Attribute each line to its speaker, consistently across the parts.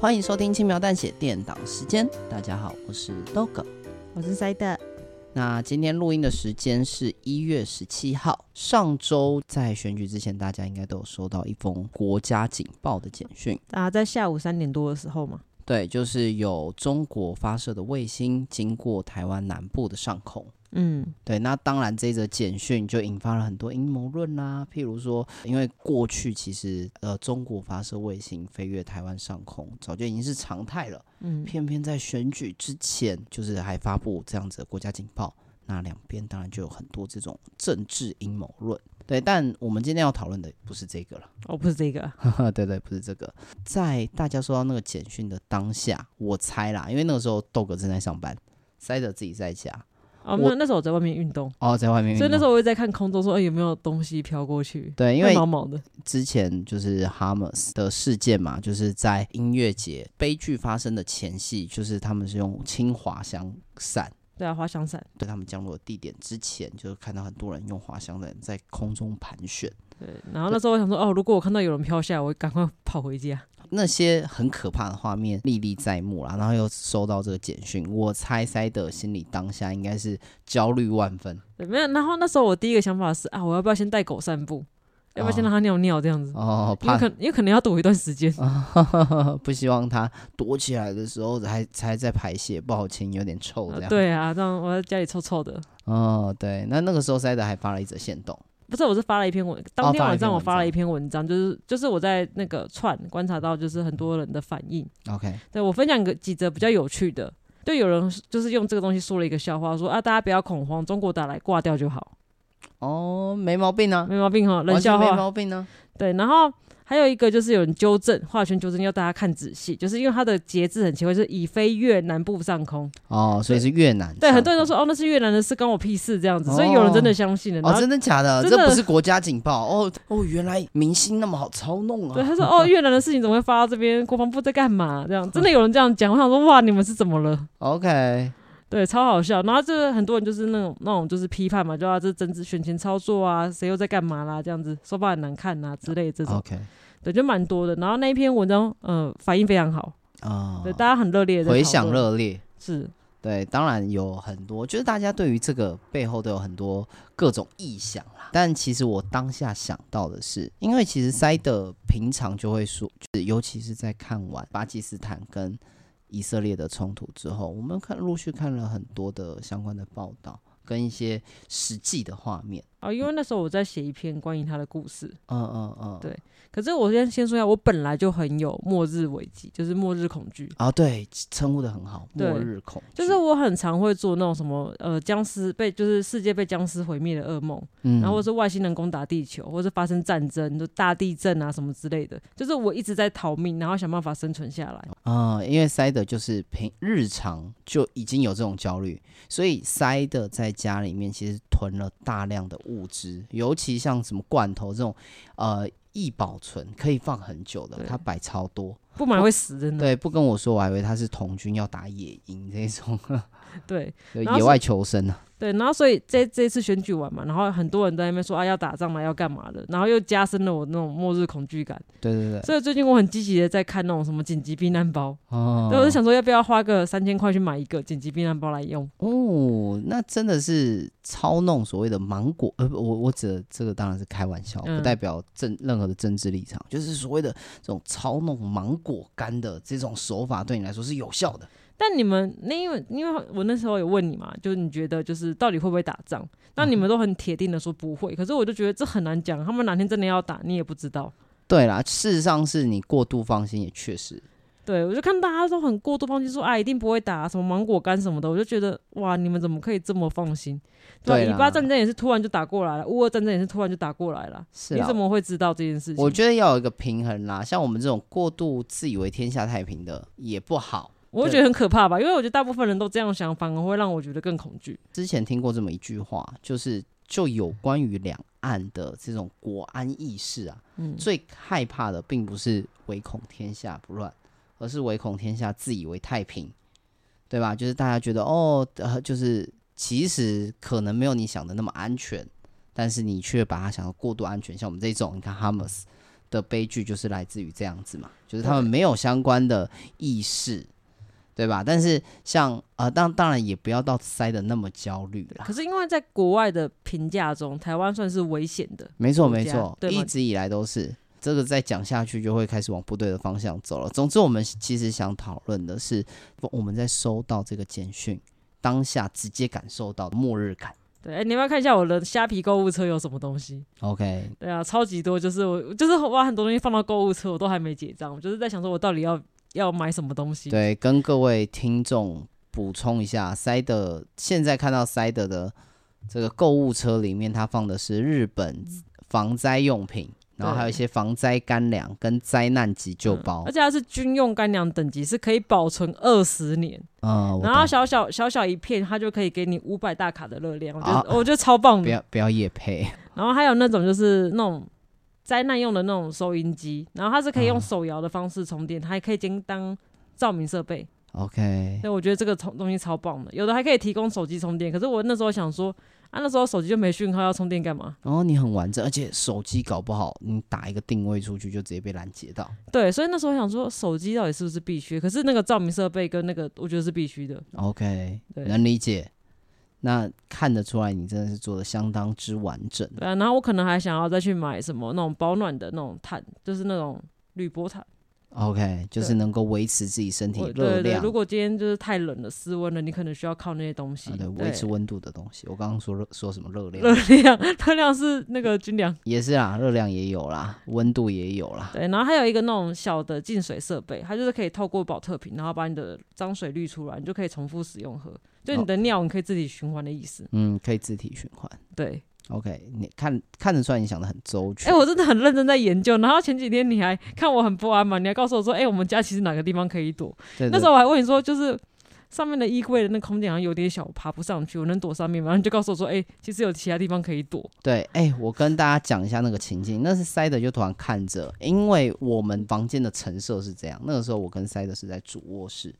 Speaker 1: 欢迎收听轻描淡写电档时间。大家好，我是 Dog。
Speaker 2: 我是塞的，
Speaker 1: 那今天录音的时间是一月十七号。上周在选举之前，大家应该都有收到一封国家警报的简讯。
Speaker 2: 啊，在下午三点多的时候嘛，
Speaker 1: 对，就是有中国发射的卫星经过台湾南部的上空。
Speaker 2: 嗯，
Speaker 1: 对，那当然，这则简讯就引发了很多阴谋论啦。譬如说，因为过去其实呃，中国发射卫星飞越台湾上空，早就已经是常态了。
Speaker 2: 嗯
Speaker 1: 偏偏在选举之前，就是还发布这样子的国家警报，那两边当然就有很多这种政治阴谋论。对，但我们今天要讨论的不是这个了。
Speaker 2: 哦，不是这个，
Speaker 1: 哈哈， 对对，不是这个。在大家收到那个简讯的当下，我猜啦，因为那个时候豆哥正在上班，塞德自己在家，
Speaker 2: 哦，没有，那时候我在外面运动，
Speaker 1: 哦，在外面运动。
Speaker 2: 所以那时候我也在看空中说，哎、有没有东西飘过去，
Speaker 1: 对，因为
Speaker 2: 毛毛的，
Speaker 1: 之前就是哈姆斯的事件嘛，就是在音乐节悲剧发生的前夕，就是他们是用轻滑翔伞。
Speaker 2: 对啊，滑翔伞，
Speaker 1: 对他们降落的地点之前，就是看到很多人用滑翔伞在空中盘旋。
Speaker 2: 对，然后那时候我想说，哦，如果我看到有人飘下来，我会赶快跑回家，
Speaker 1: 那些很可怕的画面历历在目啦，然后又收到这个简讯，我猜塞德心里当下应该是焦虑万分
Speaker 2: 对，没有，然后那时候我第一个想法是啊，我要不要先带狗散步，要不要先让它尿尿这样子，
Speaker 1: 哦，
Speaker 2: 因为
Speaker 1: 怕
Speaker 2: 可因为可能要躲一段时间，
Speaker 1: 不希望他躲起来的时候还才在排泄，不好清，有点臭这样。
Speaker 2: 啊，对啊，这样我在家里臭臭的。
Speaker 1: 哦，对，那那个时候塞德还发了一则线动，
Speaker 2: 不是，我是发了一篇文，当天
Speaker 1: 哦发了一
Speaker 2: 晚
Speaker 1: 篇
Speaker 2: 上我
Speaker 1: 文
Speaker 2: 发了
Speaker 1: 章
Speaker 2: 一篇文章，就是就是我在那个串观察到，就是很多人的反应，
Speaker 1: OK，
Speaker 2: 对我分享个几则比较有趣的，就有人就是用这个东西说了一个笑话，说啊，大家不要恐慌，中国打来挂掉就好，
Speaker 1: 哦，没毛病啊，
Speaker 2: 没毛病哈，冷
Speaker 1: 完全
Speaker 2: 笑
Speaker 1: 没
Speaker 2: 话。
Speaker 1: 毛病啊，
Speaker 2: 对，然后还有一个就是有人纠正，画圈纠正要大家看仔细，就是因为它的节制很奇怪，就是已飞越南部上空。
Speaker 1: 哦，所以是越南，
Speaker 2: 对，很多人都说哦，那是越南的事，关我屁事这样子，所以有人真的相信了。然
Speaker 1: 哦，
Speaker 2: 后、
Speaker 1: 真的假的？
Speaker 2: 真的
Speaker 1: 这不是国家警报哦哦，原来明星那么好操弄
Speaker 2: 对，
Speaker 1: 啊！
Speaker 2: 他说哦，越南的事情怎么会发到这边？国防部在干嘛？这样真的有人这样讲，我想说哇，你们是怎么了？
Speaker 1: OK，
Speaker 2: 对，超好笑。然后就是很多人就是那种那种就是批判嘛，就啊这政治选前操作啊，谁又在干嘛啦，这样子说话很难看呐、之类这种，
Speaker 1: OK
Speaker 2: 对，就蛮多的。然后那一篇文章，呃，反应非常好，
Speaker 1: 啊、
Speaker 2: 对，大家很热烈的
Speaker 1: 回响热烈。
Speaker 2: 是，
Speaker 1: 对，当然有很多，就是大家对于这个背后都有很多各种臆想啦。但其实我当下想到的是，因为其实塞德平常就会说，就是尤其是在看完巴基斯坦跟以色列的冲突之后，我们看陆续看了很多的相关的报道跟一些实际的画面。
Speaker 2: 哦，因为那时候我在写一篇关于他的故事，
Speaker 1: 嗯嗯嗯，
Speaker 2: 对可是我先先说一下，我本来就很有末日危机，就是末日恐惧。
Speaker 1: 啊，对，称呼的很好，
Speaker 2: 对
Speaker 1: 末日恐惧，
Speaker 2: 就是我很常会做那种什么呃僵尸被就是世界被僵尸毁灭的噩梦，
Speaker 1: 嗯，
Speaker 2: 然后或是外星人攻打地球，或是发生战争，就大地震啊什么之类的，就是我一直在逃命，然后想办法生存下来。
Speaker 1: 啊、因为塞德就是平日常就已经有这种焦虑，所以塞德在家里面其实囤了大量的物资，尤其像什么罐头这种，呃，易保存可以放很久的，
Speaker 2: 对
Speaker 1: 他摆超多。
Speaker 2: 不买会死，啊真的。
Speaker 1: 对，不跟我说，我还以为他是童军要打野营这 种，
Speaker 2: 对
Speaker 1: 就
Speaker 2: 然后
Speaker 1: 野
Speaker 2: 是
Speaker 1: 外求生啊。
Speaker 2: 对，然后所以这这次选举完嘛，然后很多人在那边说啊要打仗了，要干嘛的，然后又加深了我那种末日恐惧感。
Speaker 1: 对对对，
Speaker 2: 所以最近我很积极的在看那种什么紧急避难包，
Speaker 1: 哦
Speaker 2: 对，我就想说要不要花个三千块去买一个紧急避难包来用。
Speaker 1: 哦，那真的是操弄所谓的芒果，呃，不我我指的这个当然是开玩笑，不
Speaker 2: 嗯
Speaker 1: 代表政任何的政治立场，就是所谓的这种操弄芒果干的这种手法，对你来说是有效的。
Speaker 2: 但你们那因为因为我那时候有问你嘛，就是你觉得就是到底会不会打仗？那你们都很铁定的说不
Speaker 1: 嗯
Speaker 2: 会，可是我就觉得这很难讲，他们哪天真的要打，你也不知道。
Speaker 1: 对啦，事实上是你过度放心，也确实，
Speaker 2: 对，我就看大家都很过度放心，说啊一定不会打，什么芒果干什么的，我就觉得哇，你们怎么可以这么放心？
Speaker 1: 对
Speaker 2: 对吧，
Speaker 1: 啦
Speaker 2: 以巴战争也是突然就打过来了，乌俄战争也是突然就打过来了，
Speaker 1: 是
Speaker 2: 你
Speaker 1: 啊
Speaker 2: 怎。么会知道这件事情？
Speaker 1: 我觉得要有一个平衡啦，像我们这种过度自以为天下太平的也不好。
Speaker 2: 我会觉得很可怕吧，因为我觉得大部分人都这样想，反而会让我觉得更恐惧。
Speaker 1: 之前听过这么一句话，就是就有关于两岸的这种国安意识啊，
Speaker 2: 嗯，
Speaker 1: 最害怕的并不是唯恐天下不乱，而是唯恐天下自以为太平，对吧？就是大家觉得哦，呃，就是其实可能没有你想的那么安全，但是你却把它想得过度安全。像我们这种，你看 Hamas，的悲剧就是来自于这样子嘛，就是他们没有相关的意识，对吧？但是像呃，当当然也不要到塞的那么焦虑啦
Speaker 2: 可。是因为在国外的评价中，台湾算是危险的，
Speaker 1: 没错
Speaker 2: 国
Speaker 1: 没
Speaker 2: 家
Speaker 1: 错，
Speaker 2: 对吗
Speaker 1: 一直以来都是这个再讲下去就会开始往不对的方向走了。总之，我们其实想讨论的是，我们在收到这个简讯当下直接感受到末日感。
Speaker 2: 对，哎、你要不要看一下我的虾皮购物车有什么东西？
Speaker 1: OK，
Speaker 2: 对啊，超级多，就是我就是我把很多东西放到购物车，我都还没结账，我就是在想说我到底要要买什么东西。
Speaker 1: 对，跟各位听众补充一下，塞德现在看到塞德的这个购物车里面，它放的是日本
Speaker 2: 嗯
Speaker 1: 防灾用品，然后还有一些防灾干粮跟灾难急救
Speaker 2: 嗯
Speaker 1: 包
Speaker 2: 而。且它是军用干粮等级，是可以保存二十年，
Speaker 1: 嗯，我
Speaker 2: 然后
Speaker 1: 懂
Speaker 2: 小小小小一片，它就可以给你五百大卡的热量，我觉得、
Speaker 1: 啊
Speaker 2: 我觉得超棒
Speaker 1: 不
Speaker 2: 的。
Speaker 1: 要不要夜配，
Speaker 2: 然后还有那种就是那种灾难用的那种收音机，然后它是可以用
Speaker 1: 嗯
Speaker 2: 手摇的方式充电，它还可以兼当照明设备。
Speaker 1: OK，
Speaker 2: 对，我觉得这个充东西超棒的，有的还可以提供手机充电。可是我那时候想说，啊，那时候手机就没讯号，要充电干嘛？
Speaker 1: 然后你很完整，而且手机搞不好你打一个定位出去就直接被拦截到。
Speaker 2: 对，所以那时候想说，手机到底是不是必须？可是那个照明设备跟那个，我觉得是必须的。
Speaker 1: OK，
Speaker 2: 对
Speaker 1: 能理解。那看得出来你真的是做的相当之完整。
Speaker 2: 对啊，然后我可能还想要再去买什么那种保暖的那种毯，就是那种铝箔毯。
Speaker 1: OK，就是
Speaker 2: 对
Speaker 1: 能够维持自己身体
Speaker 2: 我
Speaker 1: 热
Speaker 2: 对对，
Speaker 1: 量
Speaker 2: 如果今天就是太冷了、室温了，你可能需要靠那些东西。
Speaker 1: 啊，对，维持温度的东西。我刚刚说热说什么热
Speaker 2: 热
Speaker 1: 量，
Speaker 2: 量，热量是那个军粮。
Speaker 1: 也是啊，热量也有啦，温度也有啦。
Speaker 2: 对，然后还有一个那种小的净水设备，它就是可以透过保特瓶，然后把你的脏水滤出来，你就可以重复使用喝。就
Speaker 1: 哦
Speaker 2: 你的尿，你可以自己循环的意思。
Speaker 1: 嗯，可以自体循环。
Speaker 2: 对，
Speaker 1: OK，你看看得出来你想的很周
Speaker 2: 哎、
Speaker 1: 全。
Speaker 2: 我真的很认真在研究。然后前几天你还看我很不安嘛，你还告诉我说，哎、我们家其实哪个地方可以躲？
Speaker 1: 对
Speaker 2: 那
Speaker 1: 对
Speaker 2: 时候我还问你说，就是上面的衣柜的那空间好像有点小，我爬不上去，我能躲上面吗？然后你就告诉我说，哎、其实有其他地方可以躲。
Speaker 1: 对，哎、我跟大家讲一下那个情境，那是塞德就突然看着，因为我们房间的陈设是这样，那个时候我跟塞德是在主卧室，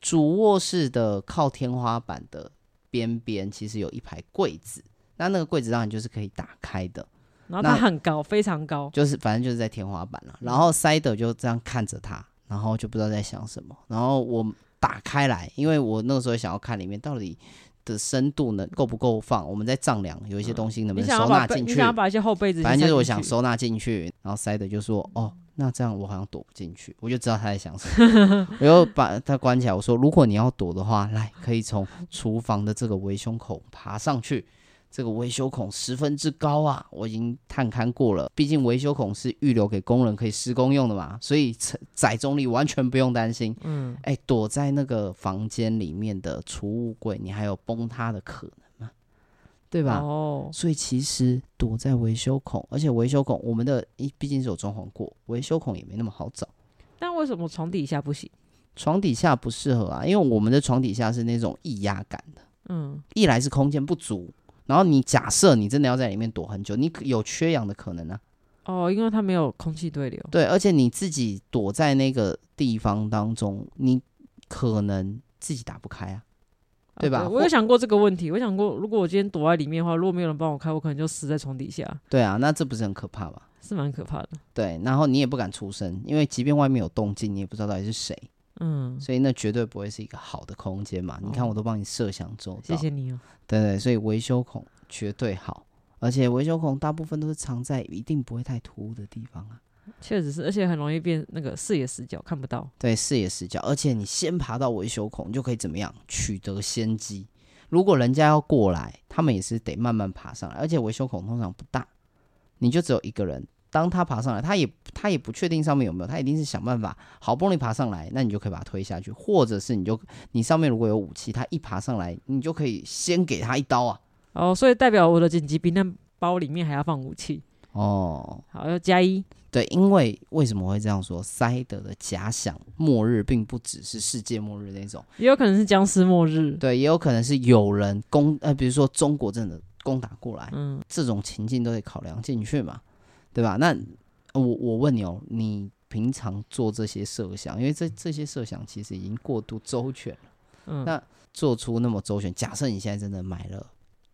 Speaker 1: 主卧室的靠天花板的边边其实有一排柜子，那那个柜子当然就是可以打开的，
Speaker 2: 然后它
Speaker 1: 那
Speaker 2: 很高，非常高。
Speaker 1: 就是反正就是在天花板了、
Speaker 2: 嗯
Speaker 1: 然后塞德就这样看着他，然后就不知道在想什么。然后我打开来，因为我那个时候想要看里面到底的深度能够不够放，我们在丈量有一些东西能不
Speaker 2: 嗯你
Speaker 1: 能
Speaker 2: 想要
Speaker 1: 收
Speaker 2: 把
Speaker 1: 纳
Speaker 2: 被
Speaker 1: 进
Speaker 2: 你
Speaker 1: 去。
Speaker 2: 想要把一些厚被子，
Speaker 1: 反正就是我想。收纳进去，然后塞德就说：“哦，那这样我好像躲不进去。”我就知道他在想什么， 我又把它关起来。我说：“如果你要躲的话，来，可以从厨房的这个维修孔爬上去。这个维修孔十分之高啊，我已经探勘过了。毕竟维修孔是预留给工人可以施工用的嘛，所以承载重力完全不用担心。
Speaker 2: 嗯，
Speaker 1: 哎，躲在那个房间里面的储物柜，你还有崩塌的可能吗？对吧？
Speaker 2: 哦，
Speaker 1: 所以其实躲在维修孔，而且维修孔我们的一毕竟是有装潢过，维修孔也没那么好找。
Speaker 2: 但为什么床底下不行？
Speaker 1: 床底下不适合啊，因为我们的床底下是那种易压感的，
Speaker 2: 嗯，
Speaker 1: 一来是空间不足，然后你假设你真的要在里面躲很久，你可有缺氧的可能啊。
Speaker 2: 哦，因为它没有空气对流。
Speaker 1: 对，而且你自己躲在那个地方当中，你可能自己打不开啊。
Speaker 2: 啊
Speaker 1: 对吧
Speaker 2: 我有想过这个问题，我想过，如果我今天躲在里面的话，如果没有人帮我开，我可能就死在床底下，
Speaker 1: 对啊，那这不是很可怕吗？
Speaker 2: 是蛮可怕的。
Speaker 1: 对，然后你也不敢出声，因为即便外面有动静，你也不知道到底是谁。
Speaker 2: 嗯，
Speaker 1: 所以那绝对不会是一个好的空间嘛。你看，
Speaker 2: 哦
Speaker 1: 我都帮你设想周
Speaker 2: 谢
Speaker 1: 到，
Speaker 2: 谢你哦。
Speaker 1: 对对，所以维修孔绝对好，而且维修孔大部分都是藏在一定不会太突兀的地方啊。
Speaker 2: 确实是，而且很容易变那个视野死角，看不到。
Speaker 1: 对，视野死角，而且你先爬到维修孔，你就可以怎么样取得先机。如果人家要过来，他们也是得慢慢爬上来，而且维修孔通常不大，你就只有一个人。当他爬上来，他也他也不确定上面有没有，他一定是想办法好不容易爬上来，那你就可以把他推下去，或者是你就你上面如果有武器，他一爬上来，你就可以先给他一刀啊。
Speaker 2: 哦，所以代表我的紧急避难包里面还要放武器。
Speaker 1: 哦，
Speaker 2: 好，要加一。
Speaker 1: 对，因为为什么会这样说？塞德的假想末日并不只是世界末日那种。
Speaker 2: 也有可能是僵尸末日。
Speaker 1: 对，也有可能是有人攻，呃，比如说中国真的攻打过来，
Speaker 2: 嗯，
Speaker 1: 这种情境都得考量进去嘛，对吧？那我我问你哦，你平常做这些设想，因为这这些设想其实已经过度周全了，
Speaker 2: 嗯
Speaker 1: 那做出那么周全，假设你现在真的买了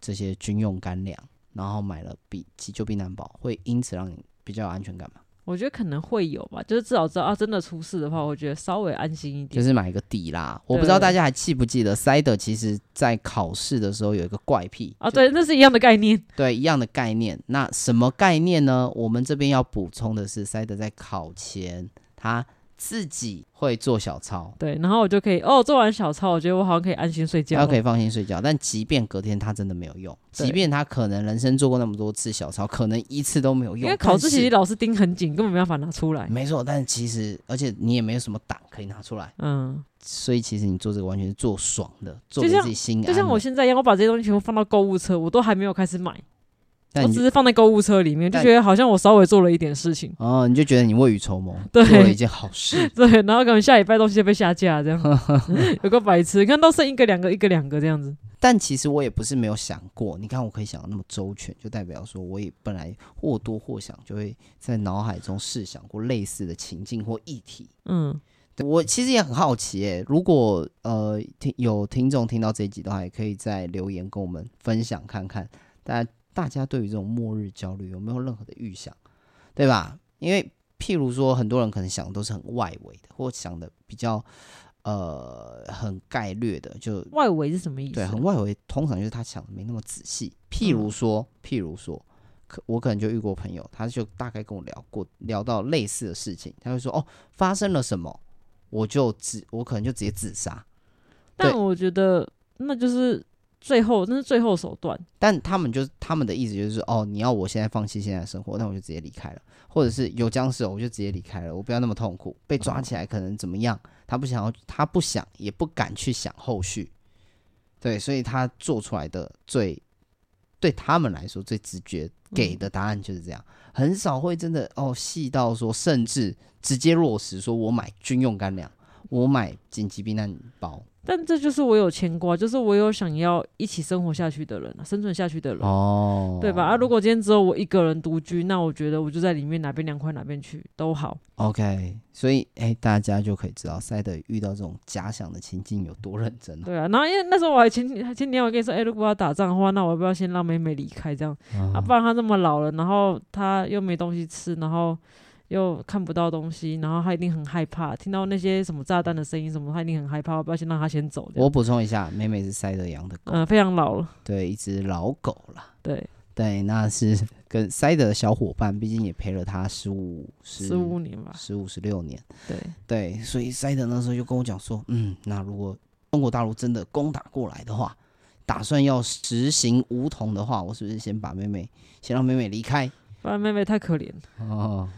Speaker 1: 这些军用干粮，然后买了比急救避难包，会因此让你比较有安全感吗？
Speaker 2: 我觉得可能会有吧，就是至少知道啊，真的出事的话，我觉得稍微安心一
Speaker 1: 就
Speaker 2: 点。
Speaker 1: 是买一个底啦。我
Speaker 2: 对
Speaker 1: 不知道
Speaker 2: 对
Speaker 1: 大家还记不记得塞德其实在考试的时候有一个怪癖
Speaker 2: 啊，
Speaker 1: 就
Speaker 2: 对，那是一样的概念。
Speaker 1: 对一样的概念。那什么概念呢？我们这边要补充的是，塞德在考前他自己会做小抄，
Speaker 2: 对，然后我就可以哦，做完小抄，我觉得我好像可以安心睡觉
Speaker 1: 他
Speaker 2: 了。
Speaker 1: 可以放心睡觉。但即便隔天他真的没有用，
Speaker 2: 对
Speaker 1: 即便他可能人生做过那么多次小抄，可能一次都没有用。
Speaker 2: 因为考试
Speaker 1: 但是
Speaker 2: 其实老师盯很紧，根本没办法拿出来。
Speaker 1: 没错，但其实而且你也没有什么档可以拿出来，
Speaker 2: 嗯，
Speaker 1: 所以其实你做这个完全是做爽的，做
Speaker 2: 就
Speaker 1: 给
Speaker 2: 像
Speaker 1: 自己心安的。
Speaker 2: 嗯就像我现在一样，我把这些东西全部放到购物车，我都还没有开始买，
Speaker 1: 但
Speaker 2: 我
Speaker 1: 你
Speaker 2: 只
Speaker 1: 就是
Speaker 2: 放在购物车里面，就
Speaker 1: 但
Speaker 2: 觉得好像我稍微做了一点事情。
Speaker 1: 哦，你就觉得你未雨绸缪，
Speaker 2: 对。
Speaker 1: 做了一件好事
Speaker 2: 对，然后可能下礼拜东西就被下架，这 样有个白痴，看到剩一个两个，一个两个这样子。
Speaker 1: 但其实我也不是没有想过，你看我可以想的那么周全，就代表说我也本来或多或少就会在脑海中试想过类似的情境或议题。
Speaker 2: 嗯，
Speaker 1: 对我其实也很好奇、耶，如果呃听有听众听到这一集的话，也可以在留言跟我们分享看看，大家大家对于这种末日焦虑有没有任何的预想，对吧？因为譬如说，很多人可能想的都是很外围的，或想的比较呃很概略的，就
Speaker 2: 外围是什么意思？啊嗯
Speaker 1: 对，很外围，通常就是他想的没那么仔细。譬如说，譬如说，可我可能就遇过朋友，他就大概跟我聊过，聊到类似的事情，他会说：“哦，发生了什么？”我就自，我可能就直接自杀。
Speaker 2: 但
Speaker 1: 对
Speaker 2: 我觉得那就是最后，那是最后手段。
Speaker 1: 但他们就是他们的意思就是说，哦，你要我现在放弃现在的生活，那我就直接离开了，或者是有僵尸哦，我就直接离开了，我不要那么痛苦，被抓起来可能怎么样？他不想要，他不想也不敢去想后续，对，所以他做出来的最对他们来说最直觉给的答案就是这样，很少会真的哦细到说，甚至直接落实说我买军用干粮，我买紧急避难包
Speaker 2: 但这就是我有牵挂，就是我有想要一起生活下去的人、啊，生存下去的人，
Speaker 1: 哦
Speaker 2: 对吧？啊，如果今天只有我一个人独居，那我觉得我就在里面哪边凉快哪边去都好。
Speaker 1: OK，所以哎、大家就可以知道塞德遇到这种假想的情境有多认真了、
Speaker 2: 对啊，然后因为那时候我还前前几天我还跟你说，哎、如果要打仗的话，那我要不要先让妹妹离开这样？啊，不然她这么老了，然后她又没东西吃，然后又看不到东西，然后她一定很害怕，听到那些什么炸弹的声音什么，她一定很害怕。我要不要先让她先走？这样
Speaker 1: 我补充一下，美美是塞德养的狗，
Speaker 2: 嗯、非常老了，
Speaker 1: 对，一只老狗啦。
Speaker 2: 对，
Speaker 1: 对，那是 跟塞德的小伙伴，毕竟也陪了他十五、
Speaker 2: 十五年吧，
Speaker 1: 十五、十六年。
Speaker 2: 对，
Speaker 1: 对，所以塞德那时候就跟我讲说，嗯，那如果中国大陆真的攻打过来的话，打算要实行梧桐的话，我是不是先把妹妹，先让妹妹离开？
Speaker 2: 不然妹妹太可怜了。
Speaker 1: 哦，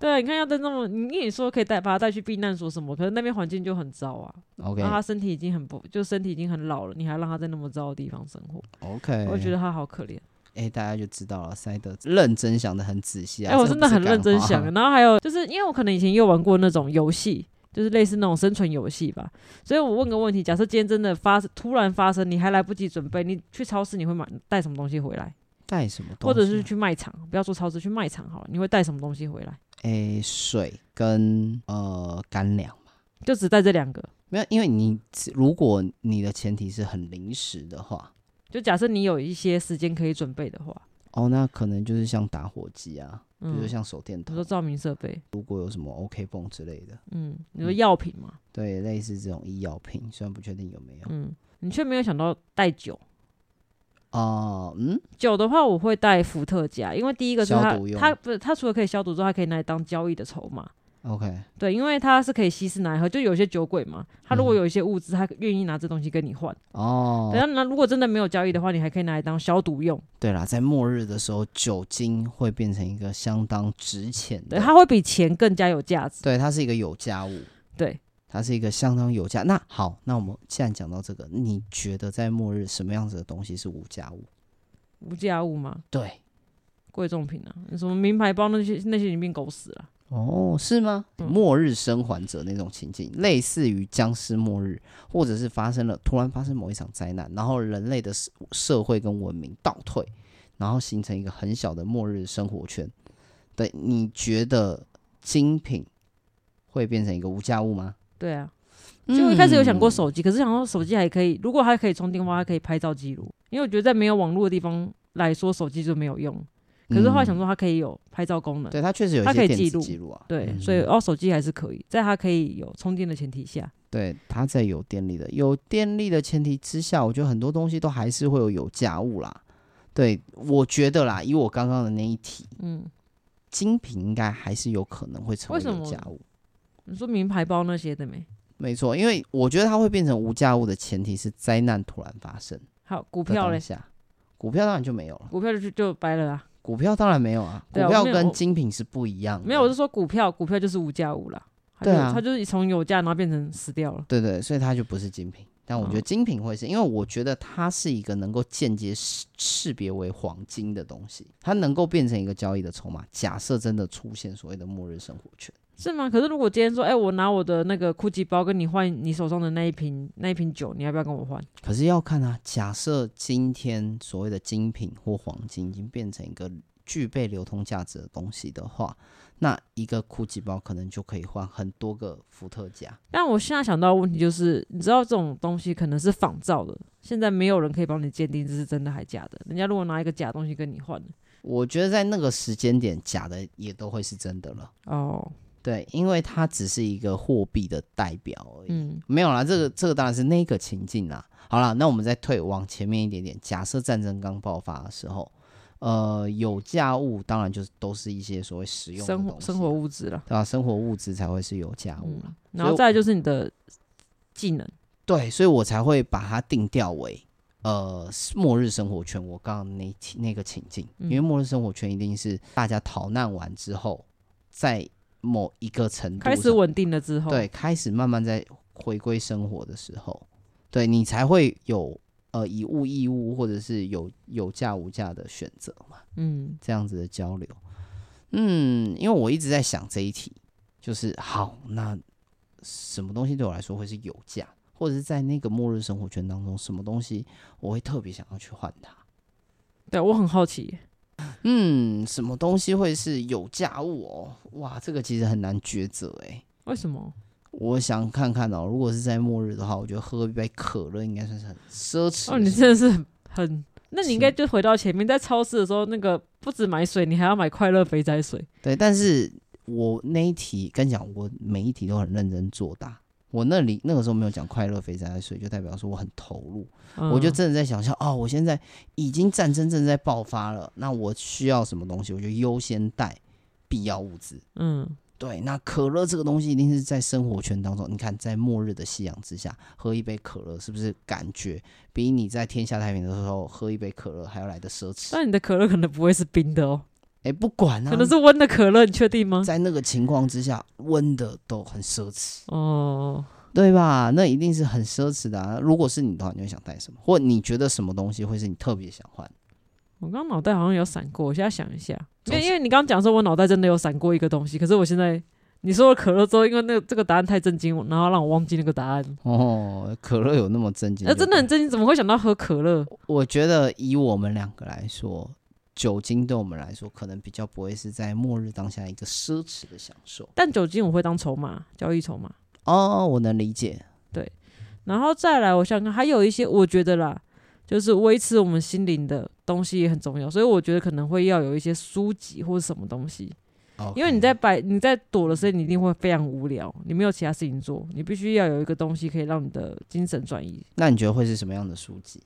Speaker 2: 对啊，你看要带那么，你也说可以带把她带去避难所什么，可是那边环境就很糟啊，
Speaker 1: OK
Speaker 2: 然后她身体已经很不，就身体已经很老了，你还让她在那么糟的地方生活，
Speaker 1: OK，
Speaker 2: 我觉得她好可怜。
Speaker 1: 哎、大家就知道了。塞德认真想的很仔细啊，
Speaker 2: 哎、我
Speaker 1: 这
Speaker 2: 真
Speaker 1: 个
Speaker 2: 的
Speaker 1: 不是
Speaker 2: 很认
Speaker 1: 干
Speaker 2: 真
Speaker 1: 话啊
Speaker 2: 想。啊然后还有就是，因为我可能以前也有玩过那种游戏，就是类似那种生存游戏吧。所以我问个问题：假设今天真的发生突然发生，你还来不及准备，你去超市你会买带什么东西回来？
Speaker 1: 带什么东西，啊
Speaker 2: 或者是去卖场？不要说超市，去卖场好了，你会带什么东西回来？
Speaker 1: 哎、水跟呃干粮嘛。
Speaker 2: 就只带这两个。
Speaker 1: 没有，因为你如果你的前提是很临时的话，
Speaker 2: 就假设你有一些时间可以准备的话，
Speaker 1: 哦，那可能就是像打火机啊，比如
Speaker 2: 嗯，
Speaker 1: 像手电
Speaker 2: 你
Speaker 1: 筒，
Speaker 2: 说照明设备，
Speaker 1: 如果有什么 OK 泵之类的，
Speaker 2: 嗯，你说药品嘛，
Speaker 1: 对，类似这种医药品，虽然不确定有没有。
Speaker 2: 嗯，你却没有想到带酒。
Speaker 1: 哦、嗯，
Speaker 2: 酒的话，我会带伏特加，因为第一个是它
Speaker 1: 消毒，用
Speaker 2: 它不是它除了可以消毒之后，还可以拿来当交易的筹码。
Speaker 1: ，OK，
Speaker 2: 对，因为它是可以稀释拿来喝，就有些酒鬼嘛，他如果有一些物资，他愿意拿这东西跟你换。
Speaker 1: 嗯哦、
Speaker 2: 然后那如果真的没有交易的话，你还可以拿来当消毒用。
Speaker 1: 对啦，在末日的时候，酒精会变成一个相当值钱
Speaker 2: 对，
Speaker 1: 的，
Speaker 2: 它会比钱更加有价值。
Speaker 1: 对，它是一个有价物。
Speaker 2: 对，
Speaker 1: 它是一个相当有价。那好，那我们既然讲到这个，你觉得在末日什么样子的东西是无价物？
Speaker 2: 无价物嘛，
Speaker 1: 对，
Speaker 2: 贵重品啊，什么名牌包那些那些已经变狗屎了。
Speaker 1: 哦，是吗？
Speaker 2: 嗯
Speaker 1: 末日生还者那种情境，类似于僵尸末日，或者是发生了突然发生某一场灾难，然后人类的社社会跟文明倒退，然后形成一个很小的末日生活圈。对，你觉得精品会变成一个无价物吗？
Speaker 2: 对啊，就我一开始有想过
Speaker 1: 嗯
Speaker 2: 手机，可是想说手机还可以，如果它可以充电的话，它可以拍照记录。因为我觉得在没有网络的地方来说，手机就没有用。可是后来想
Speaker 1: 嗯
Speaker 2: 说它可以有拍照功能，
Speaker 1: 对，它确实有一
Speaker 2: 它可
Speaker 1: 些
Speaker 2: 以
Speaker 1: 电
Speaker 2: 记
Speaker 1: 子
Speaker 2: 录
Speaker 1: 记录啊。
Speaker 2: 对，
Speaker 1: 嗯
Speaker 2: 所以哦，手机还是可以，在它可以有充电的前提下，
Speaker 1: 对，它在有电力的，有电力的前提之下，我觉得很多东西都还是会有有价物啦。对，我觉得啦，以我刚刚的那一题，
Speaker 2: 嗯，
Speaker 1: 精品应该还是有可能会成
Speaker 2: 为
Speaker 1: 为
Speaker 2: 什
Speaker 1: 有
Speaker 2: 么
Speaker 1: 价物。
Speaker 2: 你说名牌包那些的没？
Speaker 1: 没错，因为我觉得它会变成无价物的前提是灾难突然发生
Speaker 2: 还有股
Speaker 1: 的
Speaker 2: 票嘞
Speaker 1: 当，下，股票当然就没有了，
Speaker 2: 股票就就白了啦，
Speaker 1: 股票当然没有啊，股
Speaker 2: 对啊
Speaker 1: 票
Speaker 2: 我没有
Speaker 1: 跟
Speaker 2: 我
Speaker 1: 精品是不一样的。
Speaker 2: 没有，我是说股票，股票就是无价物啦，它
Speaker 1: 嗯对
Speaker 2: 就
Speaker 1: 啊
Speaker 2: 它就是从有价然后变成死掉了，
Speaker 1: 对对，所以它就不是精品。但我觉得
Speaker 2: 哦
Speaker 1: 精品会是，因为我觉得它是一个能够间接识识别为黄金的东西，它能够变成一个交易的筹码。假设真的出现所谓的末日生活圈，
Speaker 2: 是吗？可是如果今天说，哎、我拿我的那个 GUCCI 包跟你换你手上的那一瓶那一瓶酒，你要不要跟我换？
Speaker 1: 可是要看啊，假设今天所谓的精品或黄金已经变成一个具备流通价值的东西的话，那一个酷吉包可能就可以换很多个伏特加。
Speaker 2: 但我现在想到的问题就是，你知道这种东西可能是仿造的，现在没有人可以帮你鉴定这是真的还假的。人家如果拿一个假东西跟你换，
Speaker 1: 我觉得在那个时间点，假的也都会是真的了。
Speaker 2: 哦，
Speaker 1: 对，因为它只是一个货币的代表而已。
Speaker 2: 嗯，
Speaker 1: 没有啦，这个这个当然是那个情境啦。好啦，那我们再退往前面一点点，假设战争刚爆发的时候，呃，有价物当然就是都是一些所谓实用的
Speaker 2: 生
Speaker 1: 东
Speaker 2: 活
Speaker 1: 西，啊
Speaker 2: 生活，物质啦，
Speaker 1: 对吧？生活物资才会是有价物
Speaker 2: 嗯
Speaker 1: 啦。，
Speaker 2: 然后再来就是你的技能，
Speaker 1: 对，所以我才会把它定调为呃末日生活圈。我刚刚那一题那个情境，因为
Speaker 2: 嗯
Speaker 1: 末日生活圈一定是大家逃难完之后，在某一个程度
Speaker 2: 开始
Speaker 1: 上
Speaker 2: 稳定了之后，
Speaker 1: 对，开始慢慢在回归生活的时候，对你才会有呃以物易物，或者是有有价无价的选择嘛，
Speaker 2: 嗯，
Speaker 1: 这样子的交流。嗯，因为我一直在想这一题，就是好，那什么东西对我来说会是有价，或者是在那个末日生活圈当中，什么东西我会特别想要去换它？
Speaker 2: 对我很好奇，
Speaker 1: 嗯，什么东西会是有价物哦？哇，这个其实很难抉择欸诶、
Speaker 2: 为什么？
Speaker 1: 我想看看哦，如果是在末日的话，我觉得喝一杯可乐应该算是很奢侈
Speaker 2: 哦，
Speaker 1: 的
Speaker 2: 你
Speaker 1: 事。
Speaker 2: 真的是很很，那你应该
Speaker 1: 请
Speaker 2: 就回到前面，在超市的时候，那个不止买水，你还要买快乐肥仔水，
Speaker 1: 对，但是我那一题跟你讲，我每一题都很认真作答。我那里那个时候没有讲快乐肥宅的水，就代表说我很投入。
Speaker 2: 嗯
Speaker 1: 我就真的在想象，哦，我现在已经战争正在爆发了，那我需要什么东西，我就优先带必要物资。
Speaker 2: 嗯，
Speaker 1: 对，那可乐这个东西一定是在生活圈当中，你看在末日的夕阳之下，喝一杯可乐是不是感觉比你在天下太平的时候喝一杯可乐还要来的奢侈？哎、
Speaker 2: 但你的可乐可能不会是冰的哦，
Speaker 1: 不管啊，
Speaker 2: 可能是温的可乐，你确定吗？
Speaker 1: 在那个情况之下，温的都很奢侈，
Speaker 2: 哦，
Speaker 1: 对吧？那一定是很奢侈的、啊。如果是你的话，你会想带什么？或你觉得什么东西会是你特别想换？
Speaker 2: 我刚脑袋好像有闪过，我现在想一下，因
Speaker 1: 总
Speaker 2: 为
Speaker 1: 之
Speaker 2: 因为你刚刚讲说，我脑袋真的有闪过一个东西，可是我现在你说了可乐之后，因为那个这个答案太震惊，我然后让我忘记那个答案。
Speaker 1: 哦，可乐有那么震惊？
Speaker 2: 那、呃真的很，震惊，怎么会想到喝可乐？
Speaker 1: 我觉得以我们两个来说。酒精对我们来说，可能比较不会是在末日当下一个奢侈的享受。
Speaker 2: 但酒精我会当筹码，交易筹码。
Speaker 1: 哦，我能理解。
Speaker 2: 然后再来，我想想看还有一些我觉得啦，就是维持我们心灵的东西也很重要，所以我觉得可能会要有一些书籍或者什么东西，
Speaker 1: 哦
Speaker 2: 因为你在摆你在躲的时候，你一定会非常无聊，你没有其他事情做，你必须要有一个东西可以让你的精神转移。
Speaker 1: 那你觉得会是什么样的书籍？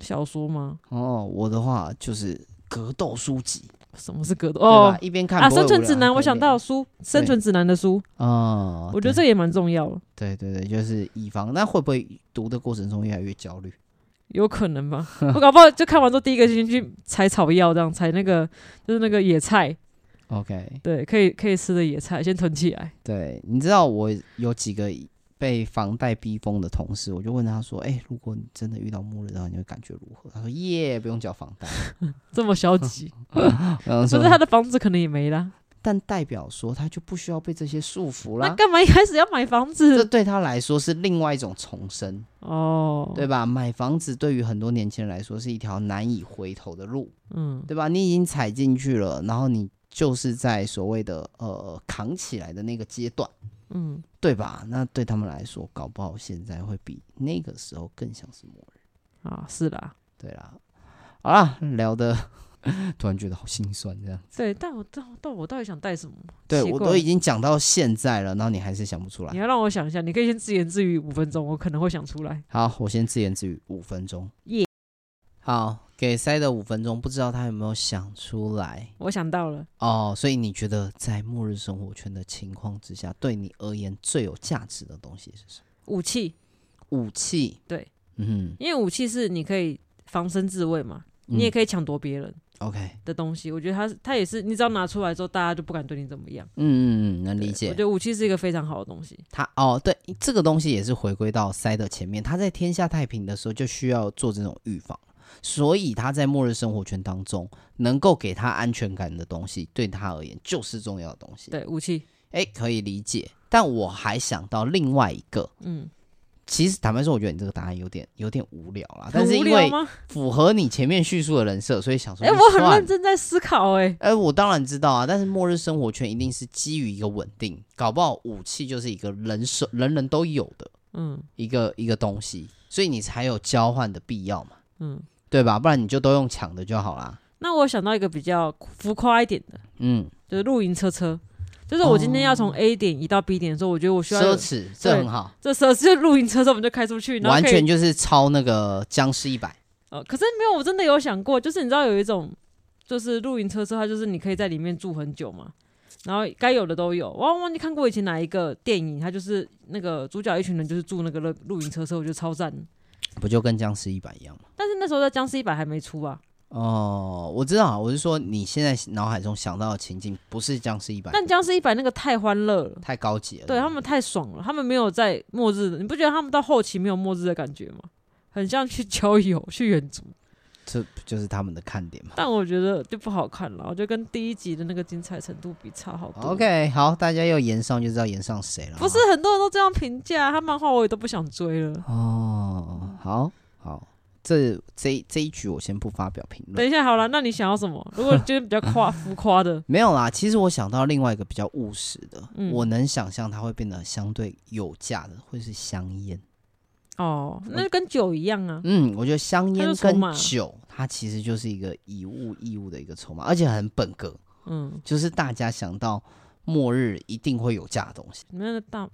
Speaker 2: 小说吗？
Speaker 1: 哦，我的话就是格斗书籍，
Speaker 2: 什么是格斗？
Speaker 1: 对
Speaker 2: 哦
Speaker 1: 吧？一边看
Speaker 2: 啊，
Speaker 1: 不会
Speaker 2: 生存
Speaker 1: 无聊
Speaker 2: 指南，我想到
Speaker 1: 还可
Speaker 2: 书，生存指南的书，
Speaker 1: 以练哦，
Speaker 2: 我觉得这
Speaker 1: 对
Speaker 2: 也蛮重要的，
Speaker 1: 对对对，就是以防那会不会读的过程中越来越焦虑？
Speaker 2: 有可 能吧？我搞不好就看完之后第一个先去采草药，这样采那个就是那个野菜，
Speaker 1: OK，
Speaker 2: 对，可以可以吃的野菜，先囤起来。
Speaker 1: 对，你知道我有几个被房贷逼疯的同事，我就问他说：“哎、如果你真的遇到末日的话，你会感觉如何？”他说：“耶，不用缴房贷。
Speaker 2: 这么 消极，”
Speaker 1: 然后
Speaker 2: 可
Speaker 1: 说
Speaker 2: 是他的房子可能也没啦，：“
Speaker 1: 但代表说他就不需要被这些束缚
Speaker 2: 那
Speaker 1: 啦。”
Speaker 2: 干嘛一开始要买房
Speaker 1: 这
Speaker 2: 子？
Speaker 1: 对他来说是另外一种重生。
Speaker 2: 哦，
Speaker 1: 对，吧？买房子对于很多年轻人来说是一条难以回头的路，
Speaker 2: 嗯，
Speaker 1: 对吧？你已经踩进去了，然后你就是在所谓的呃扛起来的那个阶段，
Speaker 2: 嗯，
Speaker 1: 对吧？那对他们来说，搞不好现在会比那个时候更像是末日。
Speaker 2: 啊，是啦，
Speaker 1: 对啦，好啦，聊的 突然觉得好心酸这样。
Speaker 2: 对，但我但但我到底想带什么？
Speaker 1: 对
Speaker 2: 奇
Speaker 1: 我
Speaker 2: 怪
Speaker 1: 都已经讲到现在了，然后你还是想不出来
Speaker 2: 你。要让我想一下，你可以先自言自语五分钟，我可能会想出来。
Speaker 1: 好，我先自言自语五分钟。
Speaker 2: 耶
Speaker 1: 好，给塞的五分钟，不知道他有没有想出来
Speaker 2: 我想到了，
Speaker 1: 哦。所以你觉得在末日生活圈的情况之下，对你而言最有价值的东西是什么？
Speaker 2: 武器，
Speaker 1: 武器。
Speaker 2: 对，
Speaker 1: 嗯哼，嗯
Speaker 2: 因为武器是你可以防身自卫嘛，你也可以抢夺别人
Speaker 1: OK，
Speaker 2: 的东西。我觉得它它也是，你只要拿出来之后，大家就不敢对你怎么样。
Speaker 1: 嗯嗯嗯，能理
Speaker 2: 我
Speaker 1: 解
Speaker 2: 觉。得武器是一个非常好的东西。
Speaker 1: 他哦，对，这个东西也是回归到塞的前面，他在天下太平的时候就需要做这种预防，所以他在末日生活圈当中能够给他安全感的东西，对他而言就是重要的东西。
Speaker 2: 对，武器，
Speaker 1: 哎，可以理解。但我还想到另外一个，
Speaker 2: 嗯，
Speaker 1: 其实坦白说，我觉得你这个答案有点有点无聊啦，啊但
Speaker 2: 很
Speaker 1: 是因
Speaker 2: 无聊
Speaker 1: 为
Speaker 2: 吗？
Speaker 1: 符合你前面叙述的人设，所以想说
Speaker 2: 哎、
Speaker 1: 就
Speaker 2: 我很
Speaker 1: 算
Speaker 2: 认真在思考、哎，
Speaker 1: 哎、我当然知道啊，但是末日生活圈一定是基于一个稳定，搞不好武器就是一个人手人人都有的
Speaker 2: 嗯
Speaker 1: 一个一个东西，所以你才有交换的必要嘛，
Speaker 2: 嗯。
Speaker 1: 对吧？不然你就都用抢的就好啦。
Speaker 2: 那我想到一个比较浮夸一点的，
Speaker 1: 嗯，
Speaker 2: 就是露营车车。就是我今天要从 A 点移到 B 点的时候，我觉得我需要
Speaker 1: 哦奢
Speaker 2: 有
Speaker 1: 侈这很好，
Speaker 2: 这时候就露营车之后我们就开出去，然后
Speaker 1: 完
Speaker 2: 可以
Speaker 1: 全就是超那个僵尸一百。
Speaker 2: 呃，可是没有，我真的有想过，就是你知道有一种，就是露营车车，它就是你可以在里面住很久嘛，然后该有的都有。我忘记看过以前哪一个电影，它就是那个主角一群人就是住那个露露营车车，我觉得超赞的。
Speaker 1: 不就跟僵尸一百一样吗？
Speaker 2: 但是那时候在僵尸一百还没出啊，
Speaker 1: 哦，我知道啊，我是说你现在脑海中想到的情境不是僵尸一百，
Speaker 2: 但僵尸一百那个太欢乐了。
Speaker 1: 太高级了。
Speaker 2: 对啊他们太爽了，他们没有在末日的，你不觉得他们到后期没有末日的感觉吗？很像去郊游、去远足，
Speaker 1: 这不就是他们的看点嘛。
Speaker 2: 但我觉得就不好看了，我觉得跟第一集的那个精彩程度比差好多。
Speaker 1: OK，好，大家又延上就知道延上谁了。
Speaker 2: 不是很多人都这样评价，他漫画我也都不想追了。
Speaker 1: 哦，好好，这这这一局我先不发表评
Speaker 2: 等
Speaker 1: 论。
Speaker 2: 一下，好了，那你想要什么？如果就是比较 夸浮夸的，
Speaker 1: 没有啦，其实我想到另外一个比较务实的，
Speaker 2: 嗯
Speaker 1: 我能想象它会变得相对有价的，会是香烟。
Speaker 2: 哦，那就跟酒一样啊。
Speaker 1: 嗯，我觉得香
Speaker 2: 它
Speaker 1: 烟
Speaker 2: 就筹
Speaker 1: 跟
Speaker 2: 码
Speaker 1: 酒，它其实就是一个以物易物的一个筹码，而且很本格。
Speaker 2: 嗯，
Speaker 1: 就是大家想到末日一定会有价的东西，
Speaker 2: 你们那个大，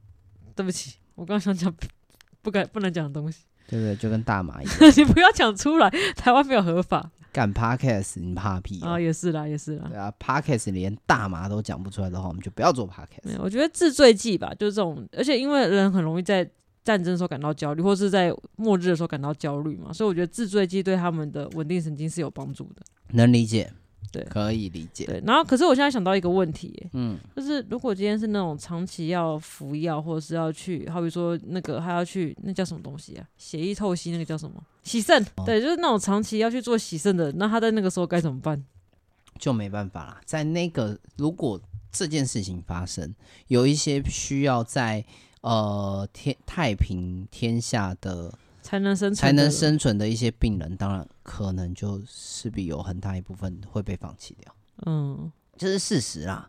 Speaker 2: 对不起，我刚想讲 不敢不能讲的东西，
Speaker 1: 对不对？就跟大麻一样，
Speaker 2: 你不要讲出来。台湾没有合法
Speaker 1: 干 podcast 你怕屁
Speaker 2: 啊、
Speaker 1: 啊、
Speaker 2: 也是啦，也是啦
Speaker 1: 对。啊，podcast 连大麻都讲不出来的话，我们就不要做
Speaker 2: 没
Speaker 1: podcast。
Speaker 2: 有，我觉得自醉剂吧，就是这种，而且因为人很容易在战争的时候感到焦虑，或是在末日的时候感到焦虑嘛，所以我觉得自醉剂对他们的稳定神经是有帮助的。
Speaker 1: 能理解，
Speaker 2: 对
Speaker 1: 可以理解。
Speaker 2: 对，然后可是我现在想到一个问题、欸，
Speaker 1: 嗯，
Speaker 2: 就是如果今天是那种长期要服药，或者是要去，好比说那个他要去那叫什么东西啊，血液透析那个叫什么洗肾，
Speaker 1: 哦
Speaker 2: 对，就是那种长期要去做洗肾的，那他在那个时候该怎么办？
Speaker 1: 就没办法啦。在那个如果这件事情发生，有一些需要在呃天太平天下的
Speaker 2: 才能生存？
Speaker 1: 才能？生存的一些病人，当然可能就势必有很大一部分会被放弃掉。
Speaker 2: 嗯，
Speaker 1: 这是事实啦。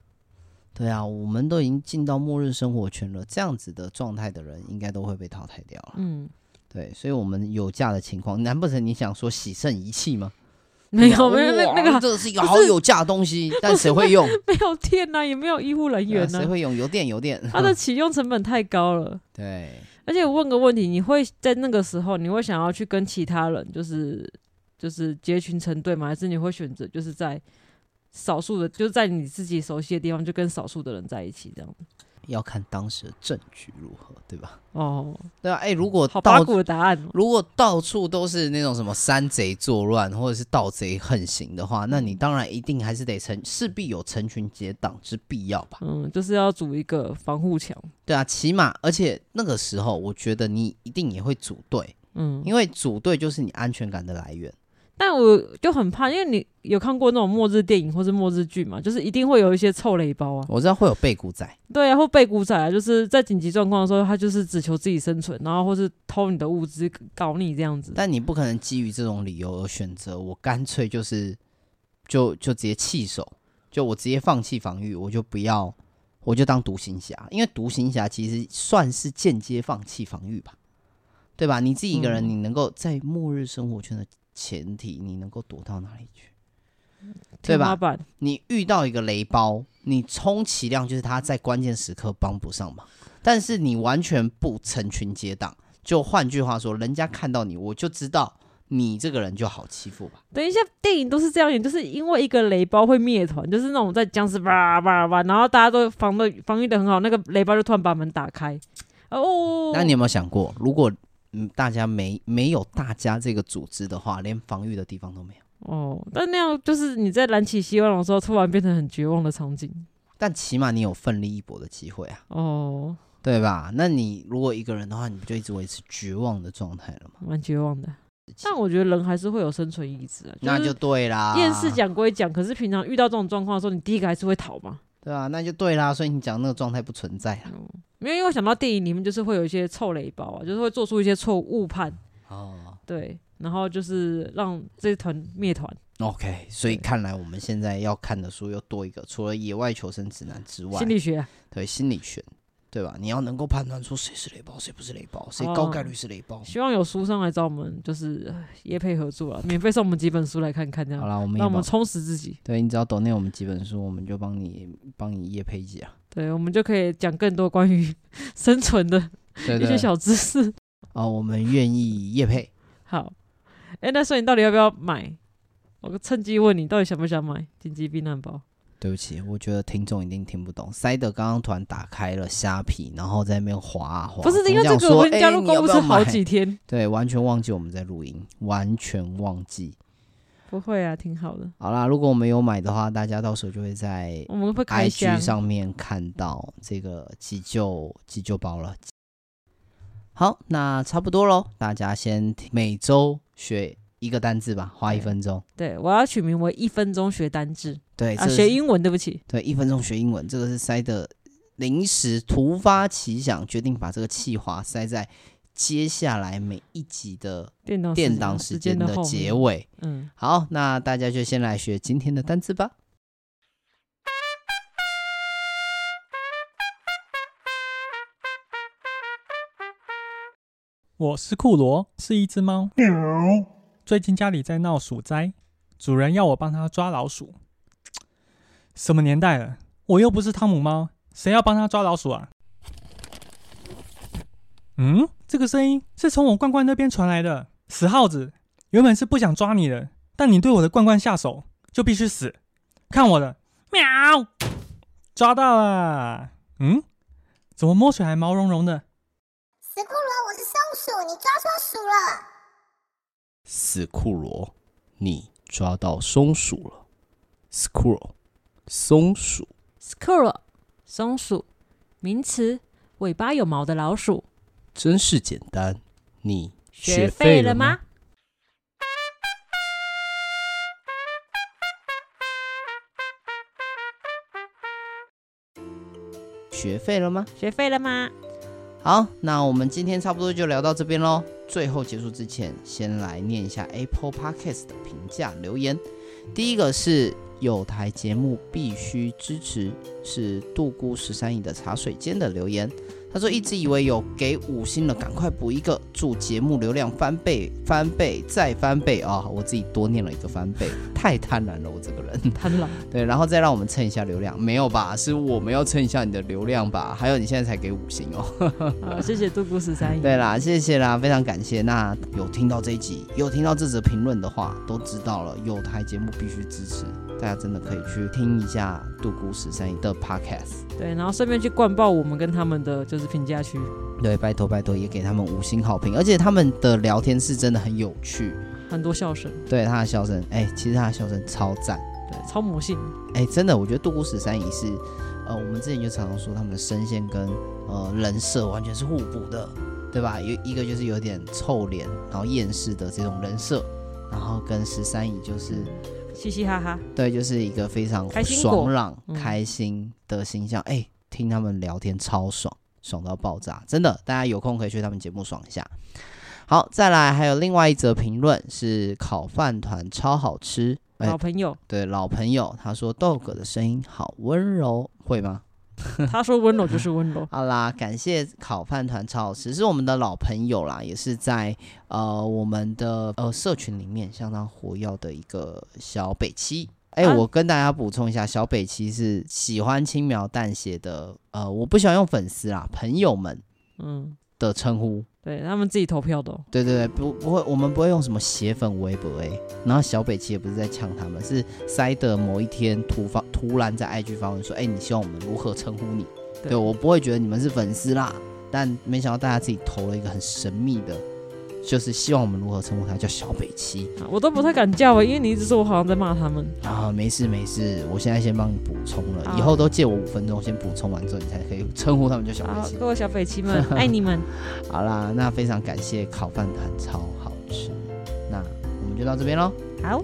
Speaker 1: 对啊，我们都已经进到末日生活圈了，这样子的状态的人应该都会被淘汰掉了。
Speaker 2: 嗯，
Speaker 1: 对，所以我们有价的情况，难不成你想说洗肾仪器吗？
Speaker 2: 没有，没有，
Speaker 1: 对
Speaker 2: 那
Speaker 1: 啊哇
Speaker 2: 那个
Speaker 1: 这是一个好有价的东 西，但谁会用？
Speaker 2: 没有电呐、也没有医护人
Speaker 1: 对啊
Speaker 2: 员
Speaker 1: 谁
Speaker 2: 呐、
Speaker 1: 会用？有电有电。
Speaker 2: 它的启用成本太高了。
Speaker 1: 对，
Speaker 2: 而且我问个问题，你会在那个时候，你会想要去跟其他人，就是就是结群成对吗？还是你会选择就是在少数的，就是在你自己熟悉的地方，就跟少数的人在一起这样？
Speaker 1: 要看当时的证据如何，对吧？
Speaker 2: 哦，
Speaker 1: 对啊，哎、如果
Speaker 2: 好八
Speaker 1: 到
Speaker 2: 股的答案、哦。
Speaker 1: 如果到处都是那种什么山贼作乱或者是盗贼横行的话，那
Speaker 2: 嗯
Speaker 1: 你当然一定还是得成势必有成群结党之必要吧？
Speaker 2: 嗯，就是要组一个防护墙。
Speaker 1: 对啊，起码而且那个时候，我觉得你一定也会组队，
Speaker 2: 嗯，
Speaker 1: 因为组队就是你安全感的来源。
Speaker 2: 但我就很怕，因为你有看过那种末日电影或是末日剧嘛，就是一定会有一些臭雷包啊，
Speaker 1: 我知道会有背骨仔，
Speaker 2: 对啊，或被古仔啊，就是在紧急状况的时候，他就是只求自己生存，然后或是偷你的物资搞你这样子。
Speaker 1: 但你不可能基于这种理由而选择我干脆就是就就直接弃守，就我直接放弃防御，我就不要，我就当独行侠，因为独行侠其实算是间接放弃防御吧，对吧？你自己一个人，
Speaker 2: 嗯
Speaker 1: 你能够在末日生活圈的前提，你能够躲到哪里去？对
Speaker 2: 天
Speaker 1: 吧
Speaker 2: 花板，
Speaker 1: 你遇到一个雷包，你充其量就是他在关键时刻帮不上忙，但是你完全不成群结党，就换句话说，人家看到你，我就知道你这个人就好欺负吧。
Speaker 2: 等一下，电影都是这样演，就是因为一个雷包会灭团，就是那种在僵尸叭叭叭，然后大家都防的防御的很好，那个雷包就突然把门打开，哦，
Speaker 1: 那你有没有想过，如果嗯大家没没有大家这个组织的话，连防御的地方都没有？
Speaker 2: 哦，但那样就是你在燃起希望的时候，突然变成很绝望的场景，
Speaker 1: 但起码你有奋力一搏的机会啊，
Speaker 2: 哦，
Speaker 1: 对吧？那你如果一个人的话，你不就一直维持绝望的状态了吗？
Speaker 2: 蛮绝望的。但我觉得人还是会有生存意志啊，
Speaker 1: 那就是对啦，
Speaker 2: 厌世讲归讲，可是平常遇到这种状况的时候，你第一个还是会逃嘛。
Speaker 1: 对啊，那就对啦。所以你讲那个状态不存在啦。
Speaker 2: 没有，因为我想到电影里面就是会有一些臭雷包啊，就是会做出一些错误判，
Speaker 1: 哦
Speaker 2: 对，然后就是让这团灭团。
Speaker 1: ，OK，所以
Speaker 2: 对
Speaker 1: 看来我们现在要看的书又多一个，除了《野外求生指南》之外，
Speaker 2: 心理学啊、
Speaker 1: 对心理学，对吧？你要能够判断出谁是雷暴，谁不是雷暴，谁高概率是雷暴。
Speaker 2: 希望有书商来找我们，就是呃业配合作啊，免费送我们几本书来看看，这
Speaker 1: 好
Speaker 2: 样
Speaker 1: 啦，我们
Speaker 2: 让
Speaker 1: 也
Speaker 2: 我们
Speaker 1: 帮，
Speaker 2: 充实自己。
Speaker 1: 对你只要 donate 我们几本书，我们就帮你帮你夜 配一集啊。
Speaker 2: 对，我们就可以讲更多关于生存的
Speaker 1: 对
Speaker 2: 一
Speaker 1: 对
Speaker 2: 些小知识。
Speaker 1: 啊、我们愿意夜配。
Speaker 2: 好，哎、那所以你到底要不要买？我趁机问你，到底想不想买紧急避难包？
Speaker 1: 对不起，我觉得听众一定听不懂。塞德刚刚突然打开了虾皮，然后在那边滑啊滑。
Speaker 2: 不是因为
Speaker 1: 我
Speaker 2: 这
Speaker 1: 想
Speaker 2: 个，
Speaker 1: 说
Speaker 2: 我已经加入
Speaker 1: 哎你
Speaker 2: 购
Speaker 1: 要
Speaker 2: 物
Speaker 1: 不
Speaker 2: 车
Speaker 1: 要
Speaker 2: 好
Speaker 1: 买
Speaker 2: 几天。
Speaker 1: 对，完全忘记我们在录音，完全忘记。
Speaker 2: 不会啊，挺好的，
Speaker 1: 好啦，如果我们有买的话，大家到时候就会在
Speaker 2: 我们会开箱
Speaker 1: IG。上面看到这个急救急救包了。好，那差不多喽，大家先听每周学一个单字吧，花一
Speaker 2: 对
Speaker 1: 分钟。
Speaker 2: 对，我要取名为一分钟学单字
Speaker 1: 对，
Speaker 2: 啊，
Speaker 1: 哎这
Speaker 2: 学
Speaker 1: 是
Speaker 2: 英文。对不起，
Speaker 1: 对，一分钟学英文，这个是塞的临时突发奇想，决定把这个气划塞在接下来每一集的
Speaker 2: 电脑
Speaker 1: 电档时
Speaker 2: 时
Speaker 1: 间
Speaker 2: 间
Speaker 1: 的
Speaker 2: 后
Speaker 1: 结
Speaker 2: 面。
Speaker 1: 尾。
Speaker 2: 嗯，
Speaker 1: 好，那大家就先来学今天的单词吧。
Speaker 3: 我是库罗，是一只猫。最近家里在闹鼠灾，主人要我帮他抓老鼠。什么年代了？我又不是汤姆猫，谁要帮他抓老鼠啊？嗯，这个声音是从我罐罐那边传来的。死耗子，原本是不想抓你的，但你对我的罐罐下手，就必须死。看我的，喵！抓到啦！嗯，怎么摸起来毛茸茸的？
Speaker 4: 石骷髅，我是松鼠，你抓松鼠了。
Speaker 1: 死库罗，你抓到松鼠了。Squirrel，松鼠。
Speaker 2: Squirrel，松鼠，名词，尾巴有毛的老鼠。
Speaker 1: 真是简单。你
Speaker 2: 学废了吗？？
Speaker 1: 学废了吗？
Speaker 2: 学废了吗？
Speaker 1: 好，那我们今天差不多就聊到这边喽。最后结束之前，先来念一下 Apple Podcast 的评价留言。第一个是有台节目必须支持，是杜姑十三姨的茶水间的留言。他说一直以为有给五星了，赶快补一个，祝节目流量翻倍、翻倍再翻倍啊、我自己多念了一个翻倍，太贪婪了，我这个人。
Speaker 2: 贪婪，
Speaker 1: 对，然后再让我们蹭一下流量，没有吧？是我们要蹭一下你的流量吧？还有你现在才给五星哦。
Speaker 2: 好，呃谢谢杜姑十三姨。
Speaker 1: 对啦，谢谢啦，非常感谢。那有听到这一集，有听到这则评论的话，都知道了，有台节目必须支持，大家真的可以去听一下杜姑十三姨的 podcast。
Speaker 2: 对，然后顺便去灌爆我们跟他们的就是评价区，
Speaker 1: 对，拜托拜托，也给他们五星好评，而且他们的聊天是真的很有趣。
Speaker 2: 很多笑声，
Speaker 1: 对他的笑声，哎、其实他的笑声超赞。
Speaker 2: 对，超魔性。
Speaker 1: 哎、真的，我觉得杜姑十三姨是，呃，我们之前就常常说他们的声线跟呃人设完全是互补的，对吧？有一个就是有点臭脸，然后厌世的这种人设，然后跟十三姨就是
Speaker 2: 嘻嘻哈哈，
Speaker 1: 对，就是一个非常
Speaker 2: 开心果
Speaker 1: 爽朗、
Speaker 2: 嗯
Speaker 1: 开心的形象。哎、听他们聊天超爽，爽到爆炸，真的！大家有空可以去他们节目爽一下。好，再来还有另外一则评论是烤饭团超好吃，哎、
Speaker 2: 老朋友，
Speaker 1: 对老朋友，他说豆哥的声音好温柔，会吗？。
Speaker 2: 他说温柔就是温柔
Speaker 1: 好啦，感谢烤饭团超好吃，是我们的老朋友啦，也是在呃我们的呃社群里面相当活跃的一个小北七。哎、
Speaker 2: 啊
Speaker 1: 我跟大家补充一下，小北其实喜欢轻描淡写的，呃，我不喜欢用粉丝啦，朋友们
Speaker 2: 嗯，
Speaker 1: 的称呼。
Speaker 2: 对他们自己投票的哦、
Speaker 1: 对对对，不不会，我们不会用什么写粉微博哎。然后小北其实也不是在呛他们，是塞的某一天突发突然在 IG 发文说，哎、你希望我们如何称呼你？
Speaker 2: 对
Speaker 1: 对我不会觉得你们是粉丝啦，但没想到大家自己投了一个很神秘的，就是希望我们如何称呼他叫小北七。
Speaker 2: 啊我都不太敢叫、欸，因为你一直说我好像在骂他们。
Speaker 1: 啊，没事没事，我现在先帮你补充了，
Speaker 2: 啊
Speaker 1: 以后都借我五分钟，先补充完之后，你才可以称呼他们叫小
Speaker 2: 好
Speaker 1: 飞，机。
Speaker 2: 各位小北七们，爱你们，
Speaker 1: 好啦，那非常感谢烤饭团超好吃，那我们就到这边喽。
Speaker 2: 好。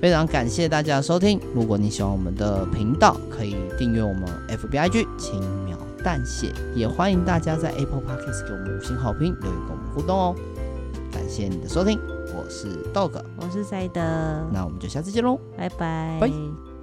Speaker 1: 非常感谢大家的收听。如果你喜欢我们的频道，可以订阅我们 FBIG 轻描淡写，也欢迎大家在 Apple Podcast 给我们五星好评，留言跟我们互动哦。感谢你的收听，我是 Dog，
Speaker 5: 我是赛德，
Speaker 1: 那我们就下次见喽。
Speaker 5: 拜拜。
Speaker 1: 拜